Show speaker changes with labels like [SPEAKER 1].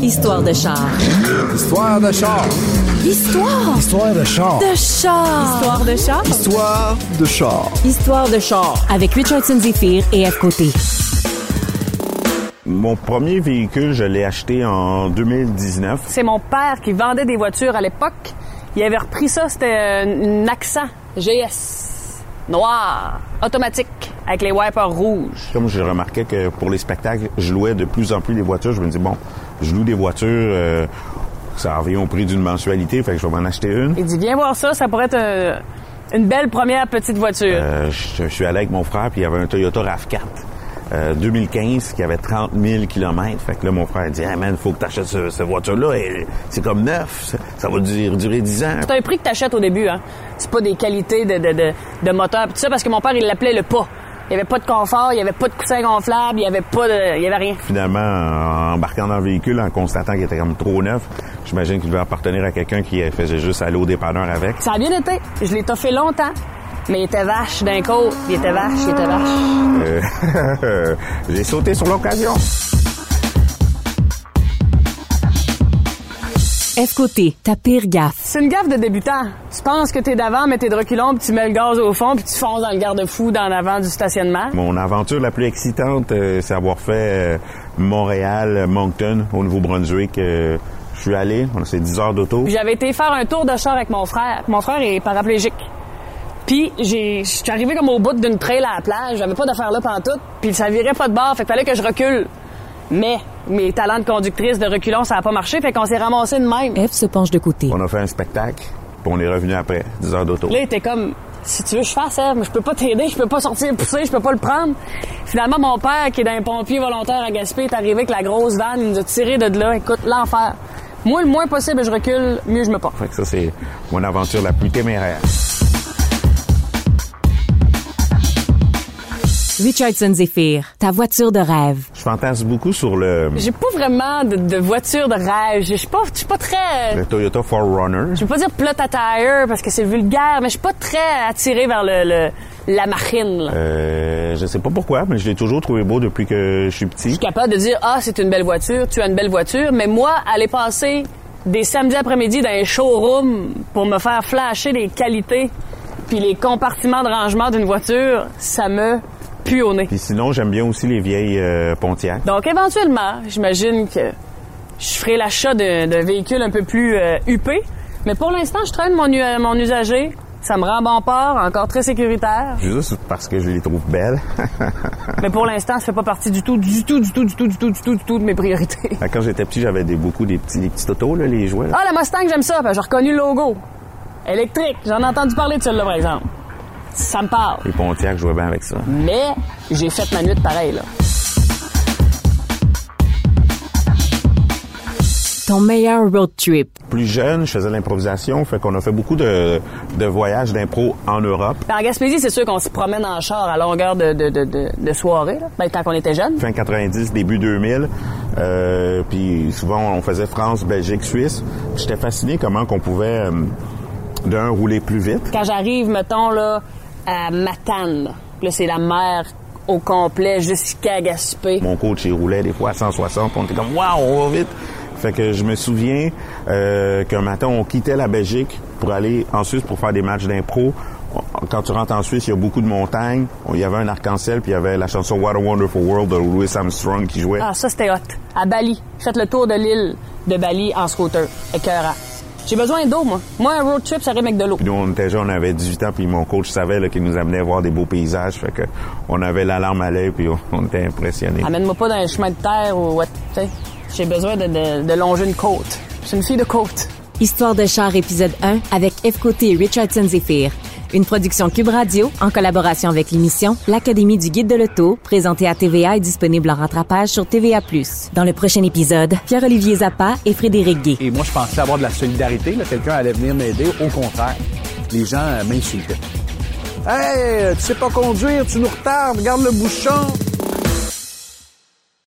[SPEAKER 1] Histoire de char.
[SPEAKER 2] Histoire de char.
[SPEAKER 1] Histoire
[SPEAKER 2] Histoire de char.
[SPEAKER 1] de char. Histoire de char.
[SPEAKER 2] Histoire de char.
[SPEAKER 1] Histoire de char. Avec Richardson Zephyr et F. Côté.
[SPEAKER 3] Mon premier véhicule, je l'ai acheté en 2019.
[SPEAKER 4] C'est mon père qui vendait des voitures à l'époque. Il avait repris ça, c'était euh, un accent GS noir, automatique, avec les wipers rouges.
[SPEAKER 3] Comme je remarquais que pour les spectacles, je louais de plus en plus des voitures, je me dis bon, je loue des voitures, euh, ça revient au prix d'une mensualité, fait que je vais m'en acheter une.
[SPEAKER 4] Il dit, viens voir ça, ça pourrait être euh, une belle première petite voiture.
[SPEAKER 3] Euh, je, je suis allé avec mon frère, puis il y avait un Toyota RAV4 euh, 2015 qui avait 30 000 km. Fait que là, mon frère a dit, hey man, faut que t'achètes ce, cette voiture-là. Elle- C'est comme neuf. Ça, ça va durer, durer 10 ans.
[SPEAKER 4] C'est un prix que t'achètes au début, hein. C'est pas des qualités de, de, de, de moteur pis tout ça, parce que mon père, il l'appelait le pas. Il y avait pas de confort, il y avait pas de coussin gonflable, il y avait pas de... il y avait rien.
[SPEAKER 3] Finalement, en embarquant dans le véhicule, en constatant qu'il était comme trop neuf, j'imagine qu'il devait appartenir à quelqu'un qui euh, faisait juste aller au dépanneur avec.
[SPEAKER 4] Ça a bien été. Je l'ai toffé longtemps. Mais il était vache d'un côté. Il était vache, il était vache.
[SPEAKER 3] Euh, J'ai sauté sur l'occasion.
[SPEAKER 1] F. Côté, ta pire gaffe.
[SPEAKER 4] C'est une gaffe de débutant. Tu penses que t'es d'avant, mais t'es de reculon, puis tu mets le gaz au fond, puis tu fonces dans le garde-fou dans l'avant du stationnement.
[SPEAKER 3] Mon aventure la plus excitante, euh, c'est avoir fait euh, Montréal, euh, Moncton, au Nouveau-Brunswick. Euh, je suis allé, on a fait 10 heures d'auto.
[SPEAKER 4] Puis J'avais été faire un tour de char avec mon frère. Mon frère est paraplégique. Puis j'ai, je suis arrivé comme au bout d'une trail à la plage. J'avais pas d'affaires là pantoute. Puis ça virait pas de bord. Fait qu'il fallait que je recule. Mais mes talents de conductrice de reculon, ça a pas marché. Fait qu'on s'est ramassé de même.
[SPEAKER 1] F. se penche de côté.
[SPEAKER 3] On a fait un spectacle, puis on est revenu après, 10 heures d'auto.
[SPEAKER 4] Là, il était comme, si tu veux, je fasse, hein, mais je peux pas t'aider, je peux pas sortir le pousser, je peux pas le prendre. Finalement, mon père, qui est un pompier volontaire à Gaspé, est arrivé avec la grosse vanne, il nous a tiré de là. Écoute, l'enfer. Moi, le moins possible, je recule, mieux je me porte.
[SPEAKER 3] Fait que ça, c'est mon aventure la plus téméraire.
[SPEAKER 1] Richardson Zephyr, ta voiture de rêve.
[SPEAKER 3] Je fantasme beaucoup sur le,
[SPEAKER 4] J'ai pas vraiment de, de voiture de rêve. Je suis pas, je suis pas très,
[SPEAKER 3] le Toyota 4Runner.
[SPEAKER 4] je veux pas dire plot à tire parce que c'est vulgaire, mais je suis pas très attiré vers le, le- la machine, là.
[SPEAKER 3] Euh, je sais pas pourquoi, mais je l'ai toujours trouvé beau depuis que je suis petit.
[SPEAKER 4] suis capable de dire ah c'est une belle voiture, tu as une belle voiture, mais moi aller passer des samedis après-midi dans un showroom pour me faire flasher les qualités puis les compartiments de rangement d'une voiture, ça me pue au nez.
[SPEAKER 3] Puis sinon, j'aime bien aussi les vieilles euh, Pontiac.
[SPEAKER 4] Donc éventuellement, j'imagine que je ferai l'achat d'un d'un véhicule un peu plus euh, huppé, mais pour l'instant, je traîne mon, u- euh, mon usager. Ça me rend bon port, encore très sécuritaire.
[SPEAKER 3] Juste parce que je les trouve belles.
[SPEAKER 4] Mais pour l'instant, ça fait pas partie du tout, du tout, du tout, du tout, du tout, du tout, du tout de mes priorités.
[SPEAKER 3] Quand j'étais petit, j'avais des, beaucoup des petits, des petits autos, là, les jouets. là.
[SPEAKER 4] Ah, la Mustang, j'aime ça, parce que j'ai reconnu le logo. Électrique, j'en ai entendu parler de celle-là, par exemple. Ça me parle.
[SPEAKER 3] Les Pontiac, je jouais bien avec ça.
[SPEAKER 4] Mais j'ai fait ma nuit de pareil, là.
[SPEAKER 1] Ton meilleur road trip.
[SPEAKER 3] Plus jeune, je faisais de l'improvisation, fait qu'on a fait beaucoup de, de voyages d'impro en Europe.
[SPEAKER 4] Ben, en Gaspésie, c'est sûr qu'on se promène en char à longueur de, de, de, de, de soirée, là. Ben, quand on était jeune.
[SPEAKER 3] Fin 90, début 2000. Euh, puis souvent, on faisait France, Belgique, Suisse. Puis J'étais fasciné comment qu'on pouvait, euh, d'un, rouler plus vite.
[SPEAKER 4] Quand j'arrive, mettons, là, à Matane, là, là, c'est la mer au complet jusqu'à Gaspé.
[SPEAKER 3] Mon coach, il roulait des fois à 160. puis On était comme, waouh, on va vite. Fait que je me souviens euh, qu'un matin, on quittait la Belgique pour aller en Suisse pour faire des matchs d'impro. On- Quand tu rentres en Suisse, il y a beaucoup de montagnes. On- Il y avait un arc-en-ciel, puis il y avait la chanson What a Wonderful World de Louis Armstrong qui jouait.
[SPEAKER 4] Ah, ça, c'était hot. À Bali. Faites le tour de l'île de Bali en scooter. Écœurant. J'ai besoin d'eau, moi. Moi, un road trip, ça rime avec de l'eau.
[SPEAKER 3] Puis nous, on était jeunes, on avait 18 ans, puis mon coach savait là, qu'il nous amenait voir des beaux paysages. Fait que on avait l'alarme à l'œil, puis on, on était impressionnés.
[SPEAKER 4] Amène-moi pas dans un chemin de terre ou what, tu sais. J'ai besoin de, de- de longer une côte. Je suis une fille de côte.
[SPEAKER 1] Histoire de char épisode 1 avec F. Côté et Richardson Zephyr. Une production Cube Radio en collaboration avec l'émission L'Académie du Guide de l'Auto, présentée à TVA et disponible en rattrapage sur TVA+. Dans le prochain épisode, Pierre-Olivier Zappa et Frédéric Gay.
[SPEAKER 5] Et moi, je pensais avoir de la solidarité. là. Quelqu'un allait venir m'aider. Au contraire, les gens euh, m'insultaient. Hey, tu sais pas conduire, tu nous retardes, regarde le bouchon.